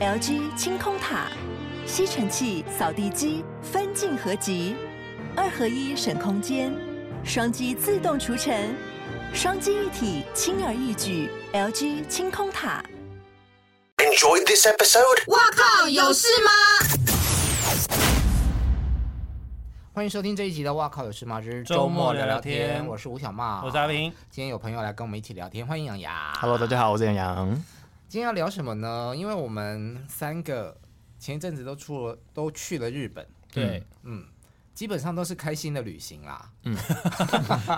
LG 清空塔、吸尘器、扫地机分镜合集，二合一省空间，双击自动除尘，双击一体轻而易举。LG 清空塔。 Enjoyed this episode? 哇靠，有事吗？欢迎收听这一集的《哇靠有事吗之周末聊聊天我是吴小茂，我是阿平，今天有朋友来跟我们一起聊天，欢迎杨洋。 Hello，大家好，我是杨洋。今天要聊什么呢？因为我们三个前一阵子都出了，都去了日本，嗯对，嗯基本上都是开心的旅行 啦，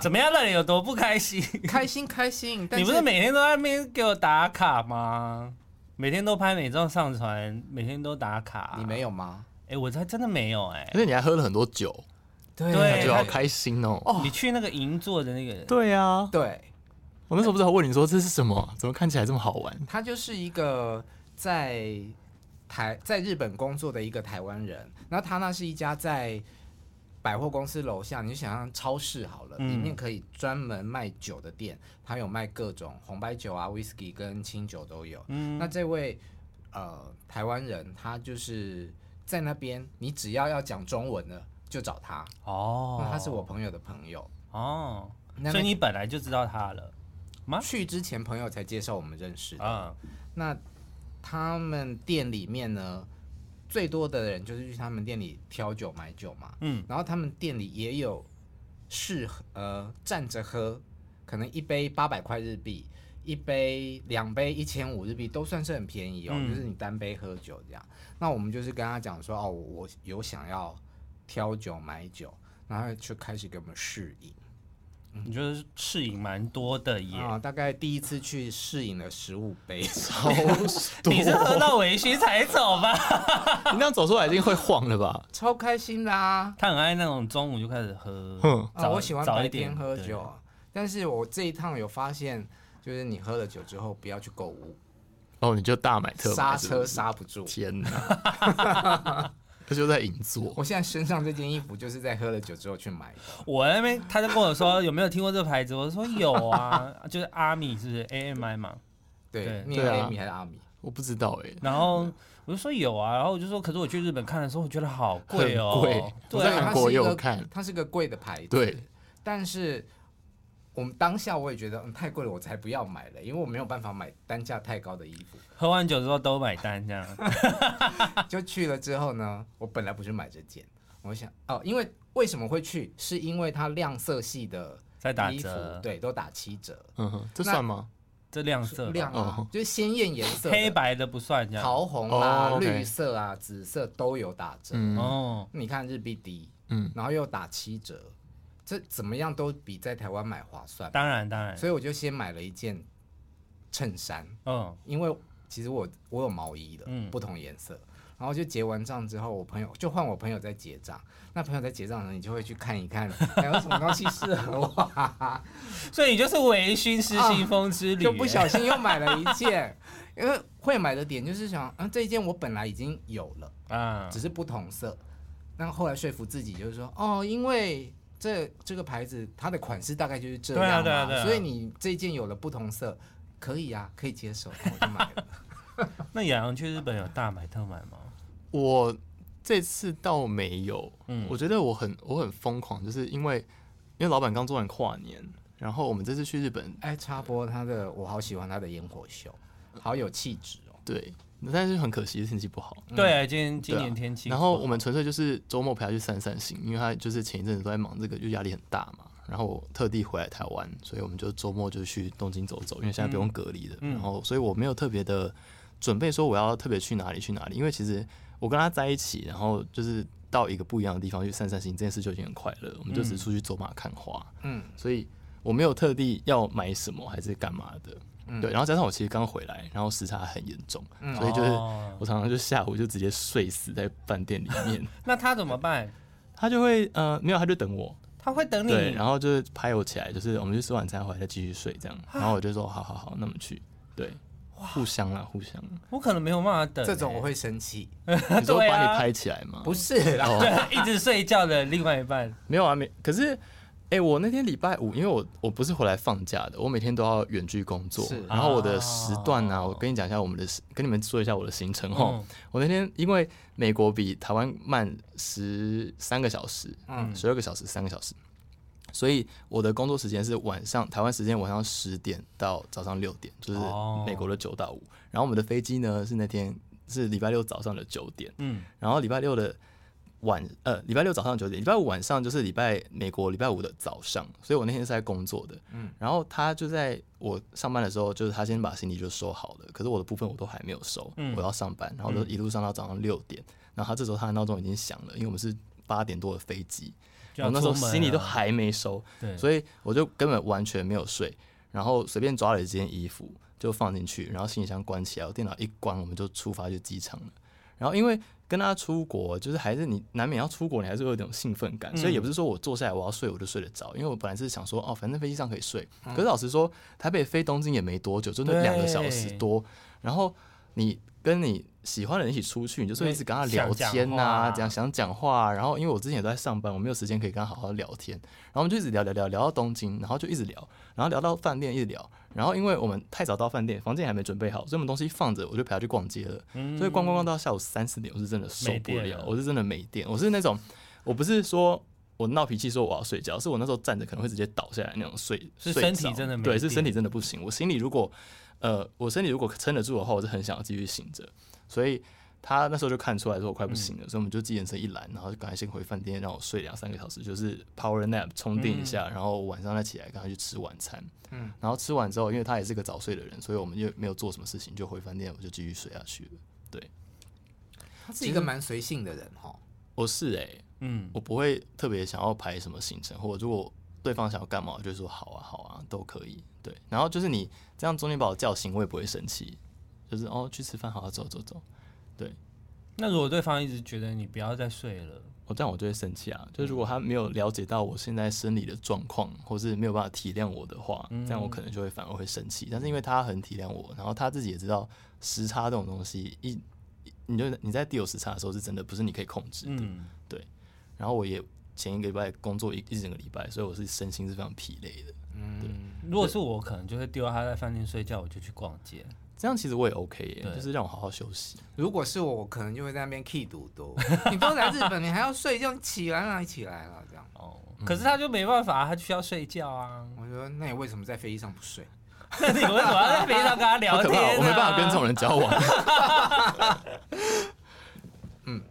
怎么样让你有多不开心？开心开心。啊但你不是每天都在那边给我打卡吗？每天都拍美照上传，每天都打卡。你没？有吗？哎、我才真的没有哎、而且你还喝了很多酒，感对觉好开心哦。你去那个银座的那个，对啊，对，我那时候不是还问你说这是什么？怎么看起来这么好玩？他就是一个在台在日本工作的一个台湾人，然后他那是一家在百货公司楼下，你就想象超市好了，嗯里面可以专门卖酒的店，他有卖各种红白酒啊、whisky 跟清酒都有。嗯那这位呃台湾人，他就是在那边，你只要要讲中文的就找他，哦那，他是我朋友的朋友。哦，那所以那你本来就知道他了吗？去之前，朋友才介绍我们认识的。啊，那他们店里面呢，最多的人就是去他们店里挑酒买酒嘛。嗯，然后他们店里也有试喝呃站着喝，可能一杯八百块日币，一杯两杯一千五日币都算是很便宜哦，嗯就是你单杯喝酒这样。那我们就是跟他讲说哦，我有想要挑酒买酒，然后他就开始给我们试饮。你就是试饮蛮多的耶。嗯啊，大概第一次去试饮了十五杯， 超 多，你是喝到微醺才走吧？你那样走出来一定会晃的吧？超开心的啊！他很爱那种中午就开 始喝，哼啊，早我喜欢早白一点天喝对酒啊，但是我这一趟有发现，就是你喝了酒之后不要去购物，然哦后你就大买特刹买，是不车是刹不住。天哪！他就在银座，我现在身上这件衣服就是在喝了酒之后去买的，我那边他就跟我说有没有听过这个牌子，我说有啊，就是阿米是不是 A M I 嘛，对对，你有对啊 Amy 还是阿米？我不知道哎，然后我就说有啊，然后我就说可是我去日本看的时候，我觉得好贵哦，很贵我对在啊韩它国是一也有个看它是个贵的牌子，对。但是我们当下我也觉得嗯太贵了，我才不要买了，因为我没有办法买单价太高的衣 服。喝完酒之后都买单这样，就去了之后呢，我本来不是买这件，我想哦，因为为什么会去，是因为它亮色系的在打衣服折，对，都打七折。嗯哼，这算吗？这亮色吧亮啊，哦就是鲜艳颜色的，黑白的不算这样，桃红啦、哦，OK 绿色啊、紫色都有打折。嗯哦，你看日币低，嗯，然后又打七折，这怎么样都比在台湾买划算。当然当然，所以我就先买了一件衬衫，嗯因为其实我我有毛衣的，嗯不同颜色。然后就结完账之后，我朋友就换我朋友在结账。那朋友在结账的时候，你就会去看一看，哎还有什么东西适合我、啊。所以你就是微醺失心疯之旅，就 不小欸心又买了一件，因为会买的点就是想，嗯、这一件我本来已经有了，啊只，是不同色。那后来说服自己就是说，哦，因为这这个牌子它的款式大概就是这样嘛，对啊对啊对啊所以你这一件有了不同色，可以啊，可以接受，那我就买了。 那洋洋去日本有大买特买吗？我这次倒没有，嗯我觉得我很我很疯狂，就是因为因为老板刚做完跨年，然后我们这次去日本哎，插播他的，我好喜欢他的烟火秀，好有气质哦。对，但是很可惜天气不好。对，今天今对啊年天气不然好，后我们纯粹就是周末陪他去散散心，因为他就是前一阵子都在忙这个，就压力很大嘛。然后我特地回来台湾，所以我们就周末就去东京走走，因为现在不用隔离的。嗯然后，所以我没有特别的准备说我要特别去哪里去哪里，因为其实我跟他在一起，然后就是到一个不一样的地方去散散心，这件事就已经很快乐。我们就只嗯是出去走马看花，嗯，所以我没有特地要买什么还是干嘛的。嗯对，然后加上我其实刚回来，然后时差很严重，所以就是哦我常常就下午就直接睡死在饭店里面。那他怎么办？他就会呃没有，他就等我，他会等对，你然，后就是拍我起来，就是我们去吃晚餐回来再继续睡这样，啊然后我就说好好好，那我们去，对，互相啦，互 相，我可能没有办法等欸，这种我会生气，你说对把啊你拍起来吗？哦不是啦， 对，一直睡觉的另外一半，没有啊，没，可是。哎、我那天礼拜五，因为我我不是回来放假的，我每天都要远距工作是，然后我的时段呢、我跟你讲一下我们的时，跟你们说一下我的行嗯程哈、我那天因为美国比台湾慢十三个小时，嗯，十二个小时，三个小时，所以我的工作时间是晚上台湾时间晚上十点到早上六点，就是哦美国的九到五。然后我们的飞机呢是那天是礼拜六早上的九点，嗯，然后礼拜六的晚呃礼拜六早上九点，礼拜五晚上就是礼拜美国礼拜五的早上，所以我那天是在工作的。嗯，然后他就在我上班的时候，就是他先把行李就收好了，可是我的部分我都还没有收，嗯我要上班，然后就一路上到早上六点，然后他这时候他的闹钟已经响了，因为我们是八点多的飞机，就要然后那时候出门行李都了还没收，对，以所以我就根本完全没有睡，然后随便抓了一件衣服就放进去，然后行李箱关起来，我电脑一关，我们就出发去机场了。然后因为跟他出国，就是还是你难免要出国，你还是会有一种兴奋感，所以也嗯不是说我坐下来我要睡我就睡得着，因为我本来是想说哦，反正飞机上可以睡。嗯可是老实说，台北飞东京也没多久，就那两个小时对多，然后你跟你喜欢的人一起出去，你就是会一直跟他聊天想呐、讲话这样想讲话、然后因为我之前也都在上班，我没有时间可以跟他好好聊天，然后我们就一直聊聊聊聊到东京，然后就一直聊，然后聊到饭店一直聊，然后因为我们太早到饭店，房间还没准备好，所以我们东西放着，我就陪他去逛街了，所以逛逛逛到下午三四点，我是真的受没不电了了，我是真的没电，我是那种我不是说。我闹脾气说我要睡觉，是我那时候站着可能会直接倒下来那种睡，是睡身体着真的没对，是身体电真的不行。我心里如果呃，我身体如果撑得住的话，我是很想要继续醒着。所以他那时候就看出来说我快不嗯行了，所以我们就计程车一拦，然后就赶快先回饭店，让我睡两三个小时，就是 power nap 充电一嗯下，然后晚上再起来，赶快去吃晚餐。嗯，然后吃完之后，因为他也是个早睡的人，所以我们就没有做什么事情，就回饭店，我就继续睡下去了。对，他是一个蛮随性的人哈。哦我是诶、嗯，我不会特别想要排什么行程，或者如果对方想要干嘛，我就说好啊好啊都可以。对，然后就是你这样中间把我叫醒，我也不会生气，就是哦去吃饭好啊走走走。那如果对方一直觉得你不要再睡了，我哦这样我就会生气啊！就是如果他没有了解到我现在生理的状况，或是没有办法体谅我的话，这样我可能就会反而会生气。但是因为他很体谅我，然后他自己也知道时差这种东西，一一你就你在地有时差的时候是真的不是你可以控制的。嗯，然后我也前一个礼拜工作一一整个礼拜，所以我是身心是非常疲累的。如果是我，可能就会丢他在饭店睡觉，我就去逛街。这样其实我也 OK 耶、对就是让我好好休息。如果是我，我可能就会在那边 key 赌多。 你都来日本，你还要睡觉，你起来啦，你起来了这样。哦，可是他就没办法，他就需要睡觉啊。 我说，那你为什么在飞机上不睡？那你为什么要在飞机上跟他聊好可天、怕，啊？我没办法跟这种人交 往。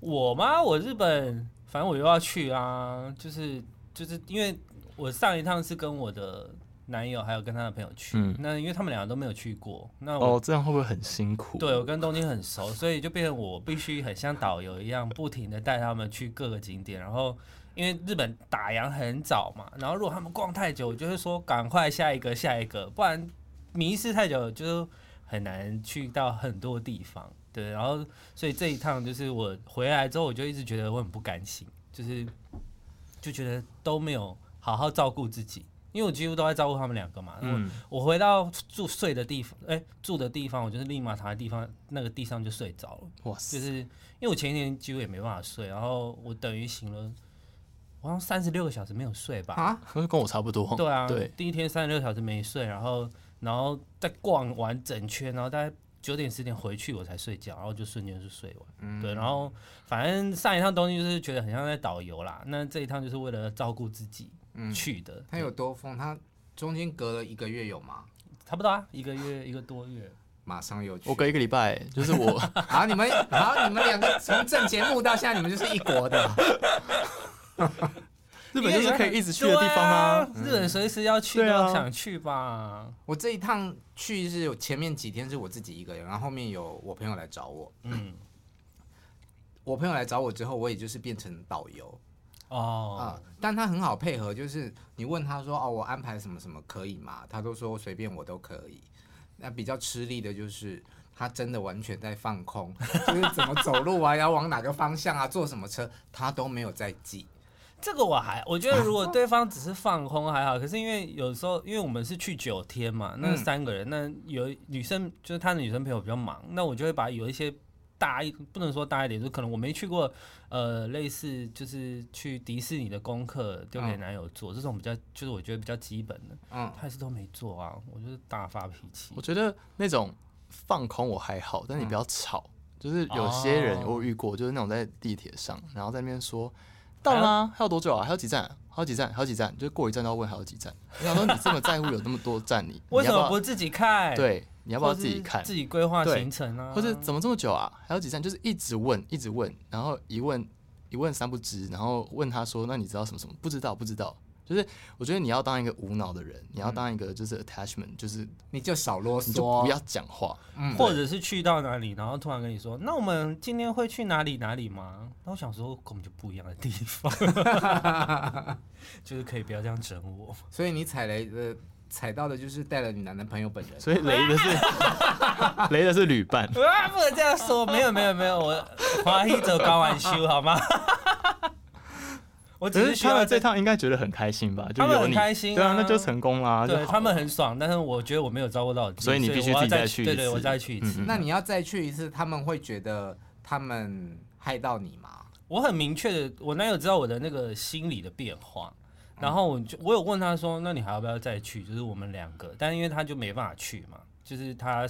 我吗？我日本，反正我又要去啊，就是就是因为我上一趟是跟我的男友还有跟他的朋友去，嗯那因为他们两个都没有去过，那我、哦，这样会不会很辛苦？对我跟东京很熟，所以就变成我必须很像导游一样，不停的带他们去各个景点，然后。因为日本打烊很早嘛，然后如果他们逛太久，我就会说赶快下一个下一个，不然迷失太久就很难去到很多地方。对，然后所以这一趟就是我回来之后，我就一直觉得我很不甘心，就是就觉得都没有好好照顾自己，因为我几乎都在照顾他们两个嘛。嗯，我回到住睡的地方，哎、住的地方，我就是立马躺在地方那个地上就睡着了。哇就塞，是因为我前一天几乎也没办法睡，然后我等于醒了，我好像三十六个小时没有睡吧。啊，跟我差不多。对啊，哦对，第一天三十六小时没睡，然后然后再逛完整圈，然后大概九点十点回去我才睡觉，然后就瞬间就睡完。嗯对，然后反正上一趟东西就是觉得很像在导游啦，那这一趟就是为了照顾自己嗯去的，他有多疯？他中间隔了一个月有吗？差不多啊，一个月一个多月。马上又去。我隔一个礼拜，就 是我 好，你们好，你们两个从正节目到现在，你们就是一国的。 日本就是可以一直去的地方对啊。日本随时要去都对啊想去吧。我这一趟去是有前面几天是我自己一个人，然后后面有我朋友来找我。嗯，我朋友来找我之后，我也就是变成导游啊、哦，但他很好配合，就是你问他说哦，我安排什么什么可以吗？他都说随便我都可以。那比较吃力的就是他真的完全在放 空，就是怎么走路啊，要往哪个方向啊，坐什么车，他都没有在记。这个我还我觉啊得，如果对方只是放空还好，可是因为有时候，因为我们是去九天嘛，那嗯三个人，那有女生就是她的女生朋友比较忙，那我就会把有一些大一不能说大一点，就可能我没去过，呃，类似就是去迪士尼的功课丢给嗯男友做，这种比较就是我觉得比较基本的，嗯他还是都没做啊，我就是大发脾气我。觉得那种放空我还好，但你不要吵。嗯就是有些人哦我有遇过，就是那种在地铁上，然后在那边说到了哦吗？还有多久啊？还有几站啊？还有几站？还有几站？就是过一站都要问还有几站。我想说你这么在乎有那么多站，你为什你要么不不要？自己看？，对，你要要不要自己看？自己规划对行程啊，或者怎么这么久啊？还有几站？就是一直问，一直问，然后一问一问三不知，然后问他说：“那你知道什么什么？不知道，不知道。”就是我觉得你要当一个无脑的人，你要当一个就是 attachment，就是你就少啰你就嗦，不要讲话。嗯，或者是去到哪里，然后突然跟你说，那我们今天会去哪里哪里吗？那我想说，根本就不一样的地方， 就是可以不要这样整我。 所以你踩雷的踩到的就是带了你男男朋友本人，所以雷 的是雷的是旅伴，啊，不能这样说，没有没有没有，我华裔走高玩修好吗？ 我只可是是需他要们这趟应该觉得很开心吧？就他们有很你，开心啊对啊，那就成功啦。就对好他们很爽，但是我觉得我没有照顾到我自己，所以你必须我要自己再再去一对对，次我再去一次。嗯那你要再去一次，他们会觉得他们害到你吗？我很明确的，我男友知道我的那个心理的变化，然后我就我有问他说，那你还要不要再去？就是我们两个，但因为他就没办法去嘛，就是他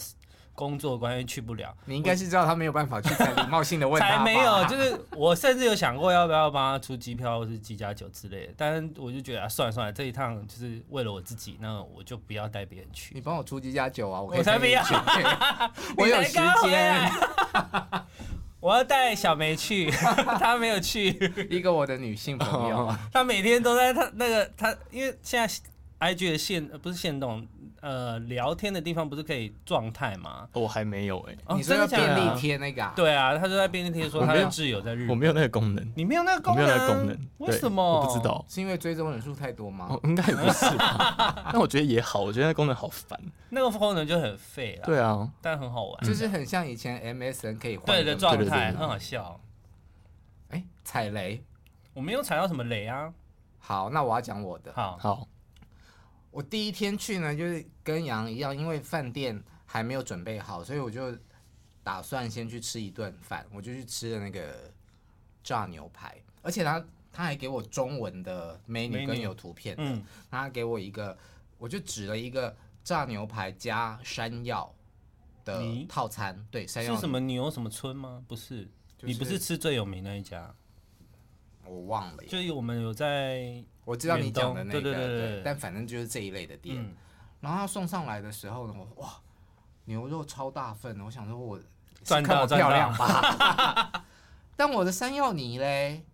工作关系去不了，你应该是知道他没有办法去，才礼貌性的问他才吧。没有，就是我甚至有想过要不要帮他出机票或是机加酒之类的，但是我就觉得、啊、算了算了，这一趟就是为了我自己，那我就不要带别人去你。帮我出机加酒啊，我可以我才不要陪你去 我有时你才刚回哎间来，我要带小梅去， 她没有去。一个我的女性朋友，他每天都在他那个他，因为现在 I G 的线呃不是线动，呃，聊天的地方不是可以状态吗？我还没有哎，哦你说要真的假便的利贴那个啊？对啊，他就在便利贴说我他没有的挚友在日我本，没有那个功能，你没有那个我功没有那个功能，为对什么？我不知。道，是因为追踪人数太多吗哦？，应该也不 是吧？但我觉得也好，我觉得那功能好烦。那个功能就很废了，对啊，但很好玩，就是很像以前 MSN 可以换嗯对一个的状对对对态对很好笑。哎、踩雷。我没有踩到什么雷啊，好，那我要讲我的。好，好，我第一天去呢，就是跟杨一样，因为饭店还没有准备好，所以我就打算先去吃一顿饭。我就去吃了那个炸牛排，而且他他还给我中文的 menu Menu 跟有图片的，嗯，他给我一个，我就指了一个炸牛排加山药的泥套餐，对，山药是什？么牛什么村吗？不是，就是你不是吃最有名那一家，我忘了耶，就是我们有在我知道你讲的远那东个，对对对对对但反正就是这一类的店。嗯，然后他送上来的时候呢，我哇，牛肉超大份的，我想说我赚看到我赚漂到亮，吧， 但我的山药泥嘞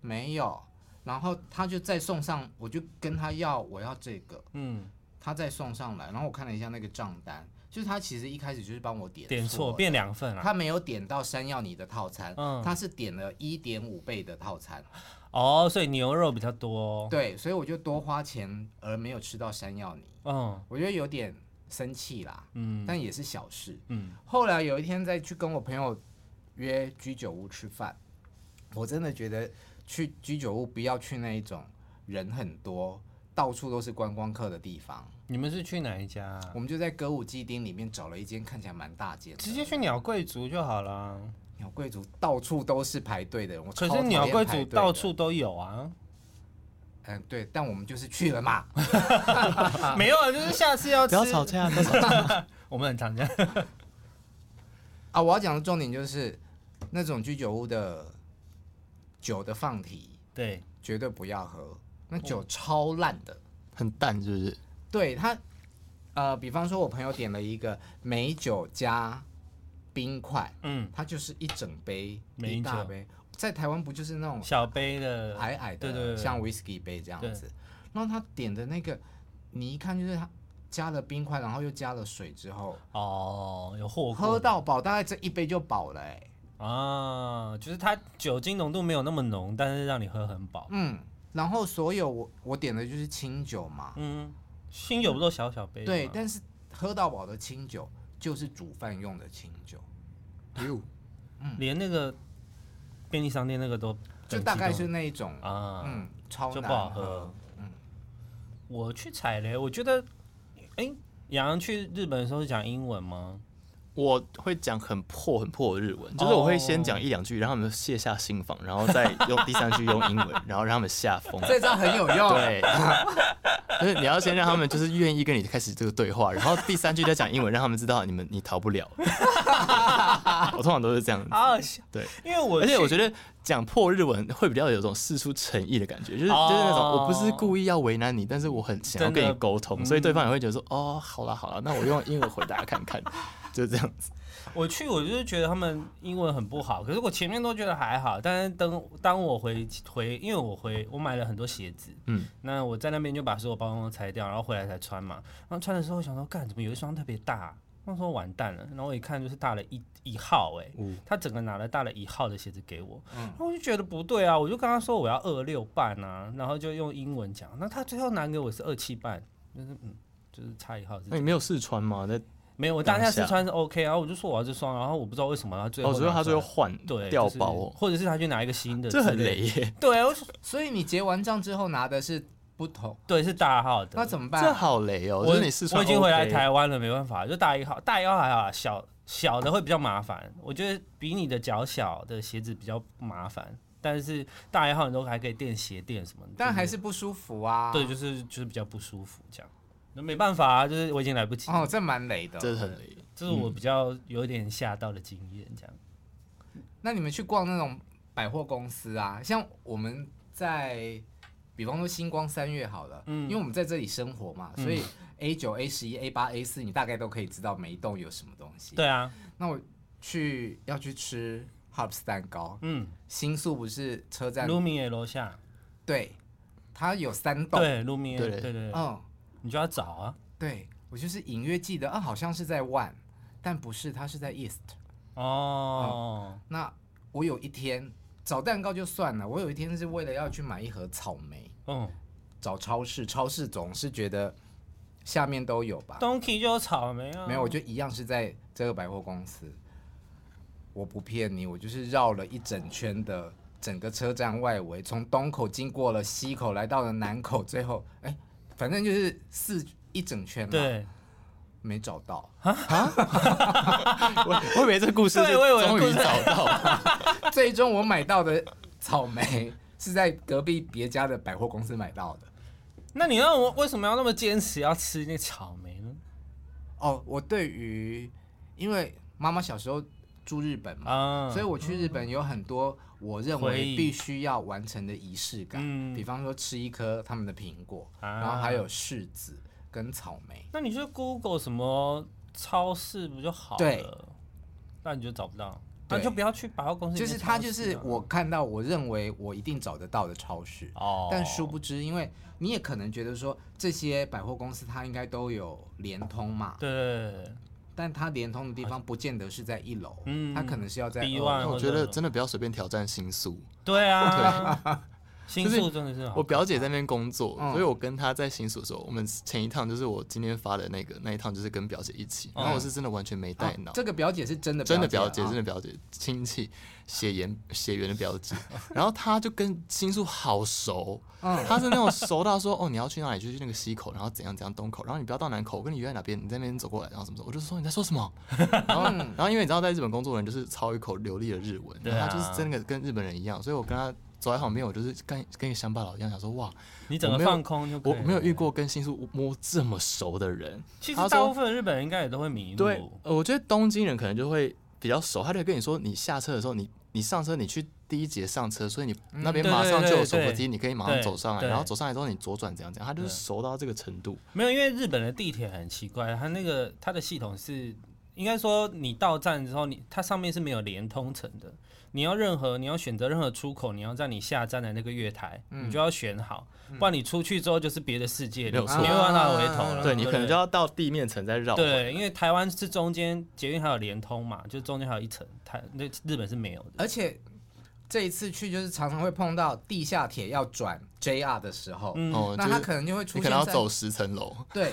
没有，然后他就再送上，我就跟他要我要这个，嗯，他再送上来，然后我看了一下那个账单，就是他其实一开始就是帮我点点错的变两份啊。他没有点到山药泥的套餐，嗯他是点了一点五倍的套餐，哦，所以牛肉比较多。，对，所以我就多花钱而没有吃到山药泥，嗯我觉得有点生气啦，嗯但也是小事。嗯，后来有一天再去跟我朋友约居酒屋吃饭，我真的觉得去居酒屋不要去那一种人很多、到处都是观光客的地方。你们是去哪一家啊、我们就在歌舞伎町里面找了一间看起来蛮大间的，直接去鸟贵族就好啦。鸟贵族，到处都是排队的人。我超可是讨厌鸟排贵族队的到处，都有啊，嗯，对，但我们就是去了嘛。 没有啊，就是下次要吃。不要吵，架，不要吵架。我们很常见。啊，我要讲的重点就是那种居酒屋的酒的放题对，绝对不要喝，那酒超烂的。 哦很淡是不是？对他，呃，比方说，我朋友点了一个美酒加冰块，嗯，它就是一整杯，美一大酒杯。在台湾不就是那种小杯的，矮矮的，对对对像 whisky 杯这样对子。然后他点的那个，你一看就是他加了冰块，然后又加了水之后，哦，有货喝到饱，大概这一杯就饱了、欸。啊，就是它酒精浓度没有那么浓，但是让你喝很饱。嗯，然后所有我我点的就是清酒嘛，嗯，新酒不都小小杯的吗？对，但是喝到饱的清酒就是煮饭用的清酒。 连那个便利商店那个都就等级大概都是那一种，啊，嗯，超就难不好喝。我去踩雷，我觉得，哎、洋洋去日本的时候是讲英文吗？我会讲很破很破的日文，就是我会先讲一两句，让他们卸下心防，然后再用第三句用英 文，然后让他们吓疯。这招很有 用。对， 就是你要先让他们就是愿意跟你开始这个对话，然后第三句再讲英文，让他们知道你们你逃不 了。我通常都是这样子，好好笑，对。因为我而且我去觉得讲破日文会比较有种事出诚意的感觉，就是就是哦那种我不是故意要为难你，但是我很想要真的跟你沟通，所以对方也会觉得说哦，好啦好啦，那我用英文回答看看， 就是这样子。我去，我就是觉得他们英文很不好，可是我前面都觉得还好，但是等当我回回，因为我回我买了很多鞋子，嗯，那我在那边就把所有包装都拆掉，然后回来才穿嘛。然后穿的时候我想说，干怎么有一双特别大、那时候完蛋了。然后我一看就是大了一一号、哎、他整个拿了大了一号的鞋子给我，然后我就觉得不对啊，我就跟他说我要二六半啊，然后就用英文讲，那他最后拿给我是二七半，就是嗯，就是差一号是这那样。你没有试穿吗？那没有，我当下当试下穿是 OK，然后我就说我要这双，然后我不知道为什么，然后最后哦，所以拿他出最后来换对掉就是包哦，或者是他去拿一个新的之类的，这很雷 耶，对，我说所以你结完账之后拿的是不同，对是大号的，那怎么办？这好雷哦！就我是你试穿我 OK，已经回来台湾了，没办法，就大一号，大一号还好啦，啊小小的会比较麻烦，我觉得比你的脚小的鞋子比较麻烦，但是大一号你都还可以垫鞋垫什么的，但还是不舒服啊。对，就是就是比较不舒服这样，那没办法啊，就是我已经来不及了，哦，这蛮雷的。这很雷。这是我比较有点吓到的经验这样。嗯那你们去逛那种百货公司啊，像我们在，比方说星光三月好了，嗯因为我们在这里生活嘛，所以 A 九、A 十一、A 八、A 四，你大概都可以知道每一栋有什么东西。，对啊，那我去要去吃 Hubs 蛋糕，嗯，新宿不是车站卢米也楼下，对，它有三栋，对，卢米也，对对对对，嗯，你就要找啊。对我就是隐约记得啊，好像是在 One，但不是，它是在 East。哦，那我有一天找蛋糕就算了，我有一天是为了要去买一盒草莓，嗯找超市，超市总是觉得下面都有吧？ ，Donkey 就有草莓啊，没有，我就一样是在这个百货公司。我不骗你，我就是绕了一整圈的整个车站外围，从东口经过了西口，来到了南口，最后哎，反正就是四一整圈嘛，对，没找到。我 我以为这故事是对我以为终故于事 找到，最终我买到的草莓是在隔壁别家的百货公司买到的。那你让我为什么要那么坚持要吃那草莓呢？哦，我对于，因为妈妈小时候住日本嘛，啊，所以我去日本有很多我认回为忆必须要完成的仪式感，嗯比方说吃一颗他们的苹果，啊然后还有柿子跟草莓。那你去 Google 什么超市不就好对了？那你就找不到，那对你就不要去百货公司里就面是超市它，啊。就是我看到我认为我一定找得到的超市，哦，但殊不知，因为你也可能觉得说这些百货公司它应该都有联通嘛，对对对对但它联通的地方不见得是在一楼，嗯它可能是要在，B 二 one，楼。我觉得真的不要随便挑战新宿。对啊，新宿真的是哦好我表姐在那边工作，嗯所以我跟她在新宿的时候，我们前一趟就是我今天发的那个那一趟，就是跟表姐一起，然后我是真的完全没带啊脑，这个表姐是真的真的表表姐，啊真的表姐，亲戚血缘血缘的表姐，然后她就跟新宿好熟，她是那种熟到说哦你要去哪里就去那个西口，然后怎样怎样东口，然后你不要到南口，我跟你约在哪边，你在那边走过来，然后什么什么，我就说你在说什么，然后然后因为你知道在日本工作的人就是操一口流利的日文，对啊然后她就是真的跟日本人一样，所以我跟她走在旁边，我就是跟跟一个乡巴佬一样，想说哇。你整个我没有放空就可以我了没有遇。过跟新宿摸这么熟的人。其他实说大部分嗯日本人应该也都会迷路，对，呃我觉得东京人可能就会比较熟，他就会跟你说，你下车的时候，你你上车，你去第一节上车，所以你那嗯边对马上对就有对手扶对梯，你可以马上对走上来，对然后走上来之后你左转怎样怎样，他就是对熟到这个程度。没有，因为日本的地铁很奇怪，它那个它的系统是，应该说你到站之后，你它上面是没有连通层的。你要任何你要选择任何出口，你要在你下站的那个月台，嗯你就要选好，不然你出去之后就是别的世界，没有你错你没有办法回头了。对你可能不就要到地面层再绕。嗯对，因为台湾是中间捷运还有连通嘛，就中间还有一层，台那日本是没有哎的。而且这一次去就是常常会碰到地下铁要转 JR 的时候，哦，那就它是可能就会出现你可能要在走十层楼。对，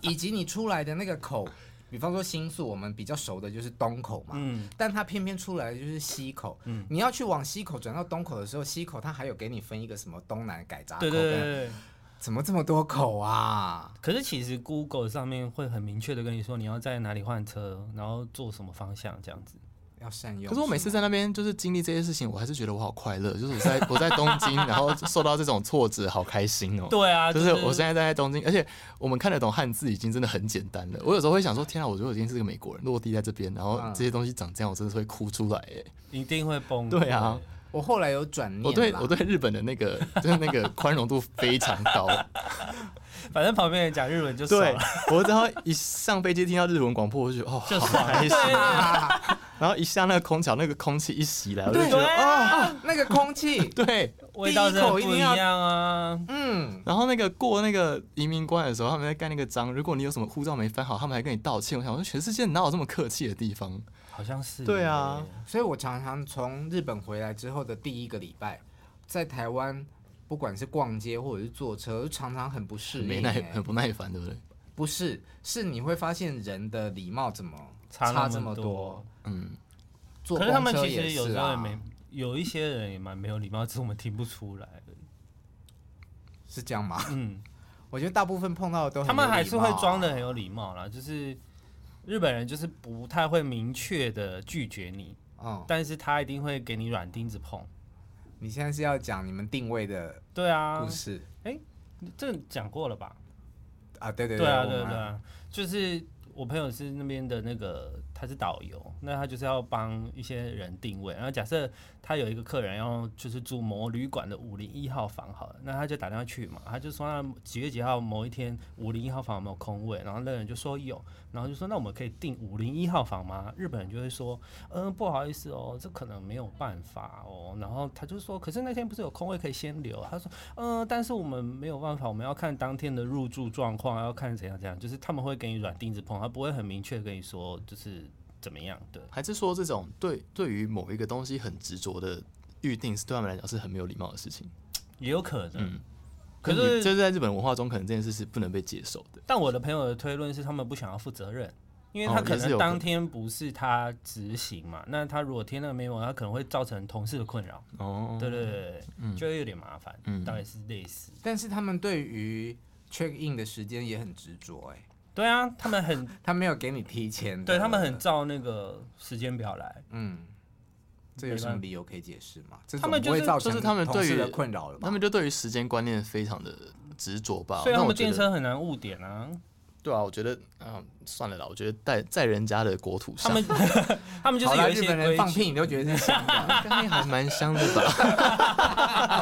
以及你出来的那个口，比方说新宿，我们比较熟的就是东口嘛，嗯，但它偏偏出来的就是西口。嗯你啊要去往西口转到东口的时候，西口它还有给你分一个什么东南改闸口对跟，对对对，怎么这么多口啊？可是其实 Google 上面会很明确的跟你说你要在哪里换车，然后坐什么方向这样子。要善用。啊可是我每次在那边就是经历这些事情，我还是觉得我好快乐，就是我在我在东京，然后受到这种挫折，好开心 哦、对啊，就是我现在在东京，而且我们看得懂汉字已经真的很简单了。我有时候会想说，天啊，我如果已经是个美国人，落地在这边，然后这些东西长这样，我真的是会哭出来耶。一定会崩。对啊，，我后来有转念啦，我对我对日本的那个就是那个宽容度非常 高。反正旁边人讲日文就 爽 对了。，我只要一上飞机听到日文广播，我就觉得哦，就好爽开心。啊然后一下那个空调，那个空气一袭来，我就对觉得哦，那个空气，对。味道真的不第一口一一定要样啊。嗯，然后那个过那个移民关的时候，他们在盖那个章，如果你有什么护照没翻好，他们还跟你道歉。我想说，全世界哪有这么客气的地方？好像是。对啊，所以我常常从日本回来之后的第一个礼拜，在台湾，不管是逛街或者是坐车，就常常很不适没应、耐，欸很。不耐烦，对不对？不是，是你会发现人的礼貌怎么差那差么这么多多？嗯，坐可是他公们车其也实有是时候也啊，没，有一些人也蛮没有礼貌，只是我们听不出来而已。是这样吗？嗯，我觉得大部分碰到的都很他们有还礼是貌会啊装的很有礼貌啦，就是日本人就是不太会明确的拒绝你，嗯，但是他一定会给你软钉子碰。你现在是要讲你们定位的对啊故，事这讲过了吧？啊？对对对啊，我对啊们对啊，就是我朋友是那边的那个，他是导游，那他就是要帮一些人定位。然后假设他有一个客人要就是住某旅馆的五零一号房好了，那他就打电话去嘛，他就说那几月几号某一天五零一号房有没有空位，然后那人就说有，然后就说那我们可以订五零一号房吗？日本人就会说，嗯，不好意思哦，这可能没有办法哦。然后他就说，可是那天不是有空位可以先留啊？他说，嗯，但是我们没有办法，我们要看当天的入住状况，要看怎样怎样，就是他们会给你软钉子碰，他不会很明确地跟你说就是怎么样对。还是说这种对对于某一个东西很执着的预定，是对他们来讲是很没有礼貌的事情。也有可能。嗯可你是，就是在日本文化中，可能这件事是不能被接受的。但我的朋友的推论是，他们不想要负责任，因为他哦可也是能有可能当天不是他执行嘛，那他如果贴那个 memo，他可能会造成同事的困扰。哦，对对对对，就会有点麻烦，嗯大概是类似。但是他们对于 check in 的时间也很执着，哎，对啊，他们很他没有给你提前的，对他们很照那个时间表来，哦嗯，这有什没么办法理由可以解释吗？这他们总不就是会造就成是他们同事对于的困扰了吧？他们就对于时间观念非常的执着吧。所以那他我们觉电得车很难误点啊。对啊，我觉得嗯，算了啦，我觉得在在人家的国土他上， 们他们就好是啦有一日些本规人放矩。屁，你都觉得是香的， 干面还蛮香的吧？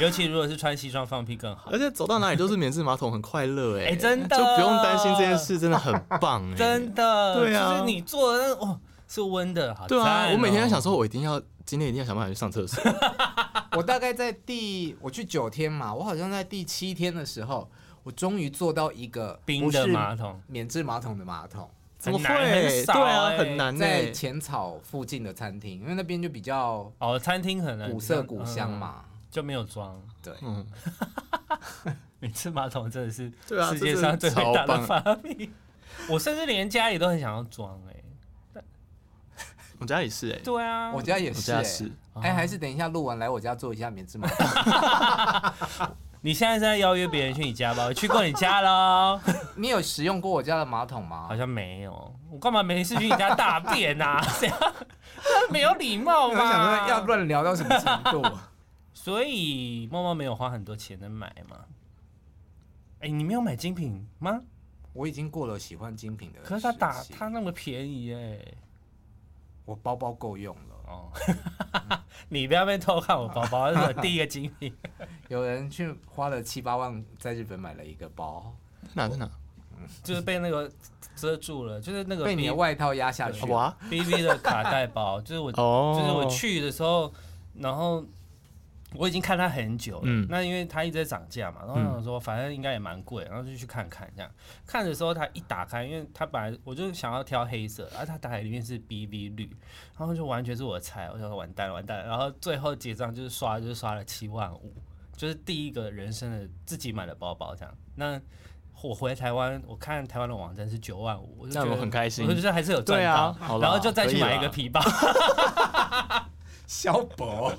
尤其如果是穿西装放屁更好而。且走到哪里都是免治马桶，很快 乐哎、哎真的就不用担心这件事，真的很棒哎、 真。的，对啊就是你坐的那哦是温的，好对啊赞，哦我每天在想说，我一定要今天一定要想办法去上 厕所。 我大概在第我去九天嘛，我好像在第七天的时候，我终于坐到一个冰的马桶，免治马桶的马桶，怎么很难会？很少对啊，欸很难呢、在浅草附近的餐厅，因为那边就比较哦，餐厅很难古色古香，嘛。嗯就没有装。对，嗯，每次马桶真的是对啊世界上最这真的伟大的超棒发明，我甚至连家里都很想要装哎。我家也是哎、对啊，我家也我是、家欸，是。哎、还是等一下录完来我家做一下免治马 桶。你现在是在邀约别人去你家吧？我去过你家喽，你有使用过我家的马桶吗？好像没有。我干嘛没事去你家大 便呐？这样没有礼貌我吧？想说要乱聊到什么程度？啊所以猫猫没有花很多钱能买吗？哎、你没有买精品吗？我已经过了喜欢精品的时期，可是它打它那么便宜哎、我包包够用了。哦，你不要被偷看我包包，这是我第一个精品。有人去花了七八万在日本买了一个包，哪在哪？就是被那个遮住了，就是那个被你的 B- 外套压下去。哇 B B 的卡带包，就是 我啊哦，就是我去的时候，然后我已经看它很久了。嗯那因为它一直在涨价嘛，然后我想说反正应该也蛮贵，然后就去看看这样。看的时候它一打开，因为它本来我就想要挑黑色，然后它打开里面是 BV 绿，然后就完全是我的菜，我想说完蛋了完蛋了。然后最后结账就是刷就是刷了七万五，就是第一个人生的自己买的包包这样。那我回台湾，我看台湾的网站是九万五，我就那我觉得很开心我就觉得还是有赚对到啊，好啦然后就再去可以买啦一个皮包，萧伯，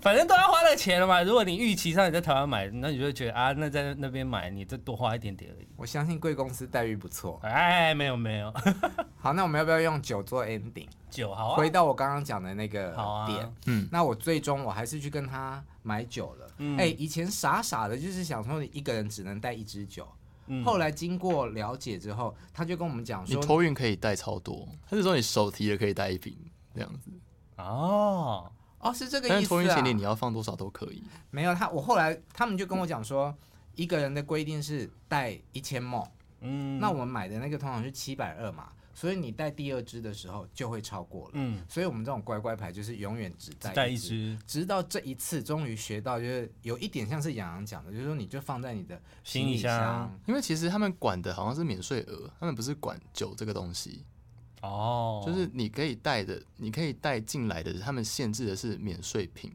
反正都要花了钱了嘛。如果你预期上你在台湾买，那你就会觉得啊，那在那边买，你再多花一点点而已。我相信贵公司待遇不错。哎，没有没有， 好，那我们要不要用酒做 ending？酒好啊回，到我刚刚讲的那个好啊点，嗯那我最终我还是去跟他买酒了。哎、嗯以前傻傻的，就是想说你一个人只能带一支酒。嗯后来经过了解之后，他就跟我们讲你说，托运可以带超多，他是说你手提也可以带一瓶这样子，哦，哦，是这个但意是思、托运行李啊。你要放多少都可以。没有他，我后来他们就跟我讲说，一个人的规定是带一千梦，嗯，那我们买的那个通常是七百二嘛，所以你带第二支的时候就会超过了。嗯，所以我们这种乖乖牌就是永远只带只带一支，直到这一次终于学到，就是有一点像是杨洋讲的，就是说你就放在你的行李李箱因为其实他们管的好像是免税额，他们不是管酒这个东西，哦，就是你可以带的，你可以带进来的，他们限制的是免税品，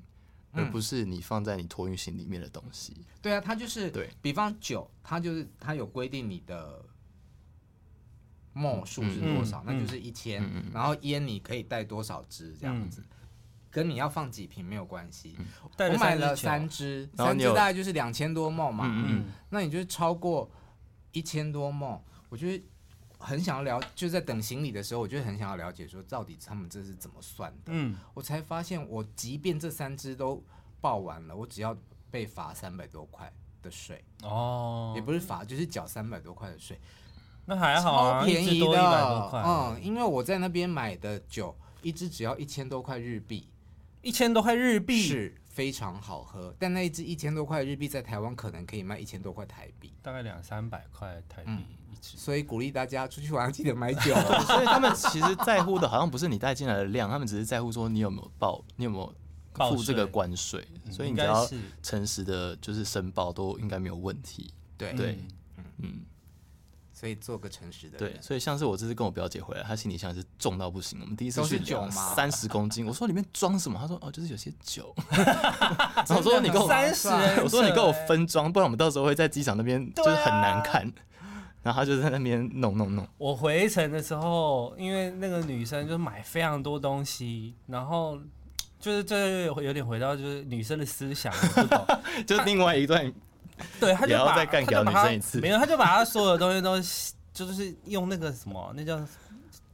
而嗯不是你放在你托运行里面的东西。对啊，它就是对比方酒，它就是它有规定你的。墨数是多少？嗯那就是一千、嗯嗯嗯嗯然后烟你可以带多少支这样子，跟你要放几瓶没有关系。带我买了支酒三支，啊然后三你支有大概就是两千多梦嘛。嗯嗯，嗯那你就是超过一千多梦，我觉得很想要了，就在等行李的时候，我就很想要了解说到底他们这是怎么算的。嗯，我才发现，我即便这三只都报完了，我只要被罚三百多块的税，哦，也不是罚，就是缴三百多块的税，那还好超啊，便一宜支多的。一百多块，嗯，因为我在那边买的酒，一支只要一千多块日币，一千多块日币，是非常好喝。但那一支一千多块日币，在台湾可能可以卖一千多块台币。大概两三百块台币一支。所以鼓励大家出去玩要记得买酒。哦 所以他们其实在乎的好像不是你带进来的量，他们只是在乎说你有没有报，你有没有报付这个税关税，嗯所以应你只该要是诚实的，就是申报都应该没有问题。对对嗯嗯，所以做个诚实的对，人。所以像是我这次跟我表姐回来，她行李箱是重到不行。我们第一次都是去酒吗三十公斤，我说里面装什么？她说哦，就是有些酒。然后我说你跟我三十欸人，我说你给我，分装，不然我们到时候会在机场那边就是很难看。然后他就在那边弄弄弄，我回程的时候，因为那个女生就买非常多东西，然后就是这有点回到就是女生的思想，我不懂。就另外一段对，他就也要把再干他就掉把女生他一次没有，他就把他所有的东西都吸就是用那个什么，那叫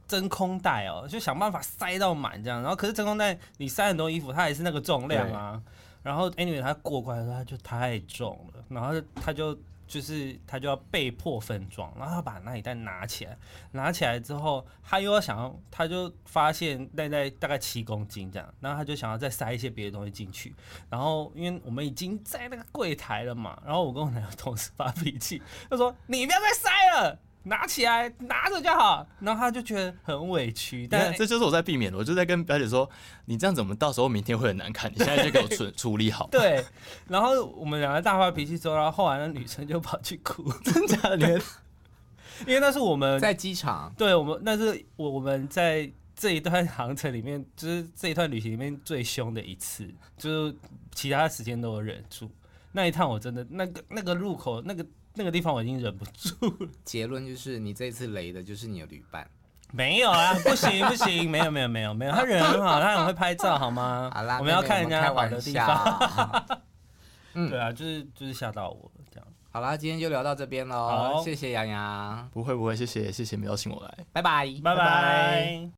真空袋哦，就想办法塞到满这样。然后可是真空袋你塞很多衣服，它也是那个重量啊。然后 anyway 他过关的时候他就太重了，然后他就就是他就要被迫分装，然后他把那一袋拿起来，拿起来之后他又要想要，他就发现那袋大概七公斤这样，然后他就想要再塞一些别的东西进去，然后因为我们已经在那个柜台了嘛，然后我跟我男友同时发脾气，他说你不要再塞了。拿起来，拿着就好。然后他就觉得很委屈，你看但这就是我在避免的，我就在跟表姐说，你这样子我们到时候明天会很难看，你现在就给我处 处理好。对，然后我们两个大发脾气之后，然后后来那女生就跑去哭，真假的，你们 因为那是我们呃在机场，对我们那是我我们在这一段航程里面，就是这一段旅行里面最凶的一次，就是其他时间都有忍住。那一趟我真的那个那个路口那个那个地方我已经忍不住了，结论就是你这次雷的就是你的旅伴。没有啊，不行不行，没有没有没有没有，他人很好，他很会拍照好吗？ 好啦，我们要妹妹看人家开好玩的地笑方。 嗯对啊，就是就是吓到我了这样。好啦，今天就聊到这边喽，好谢谢洋洋，不会不会，谢谢谢谢没有请我来。拜拜，拜拜。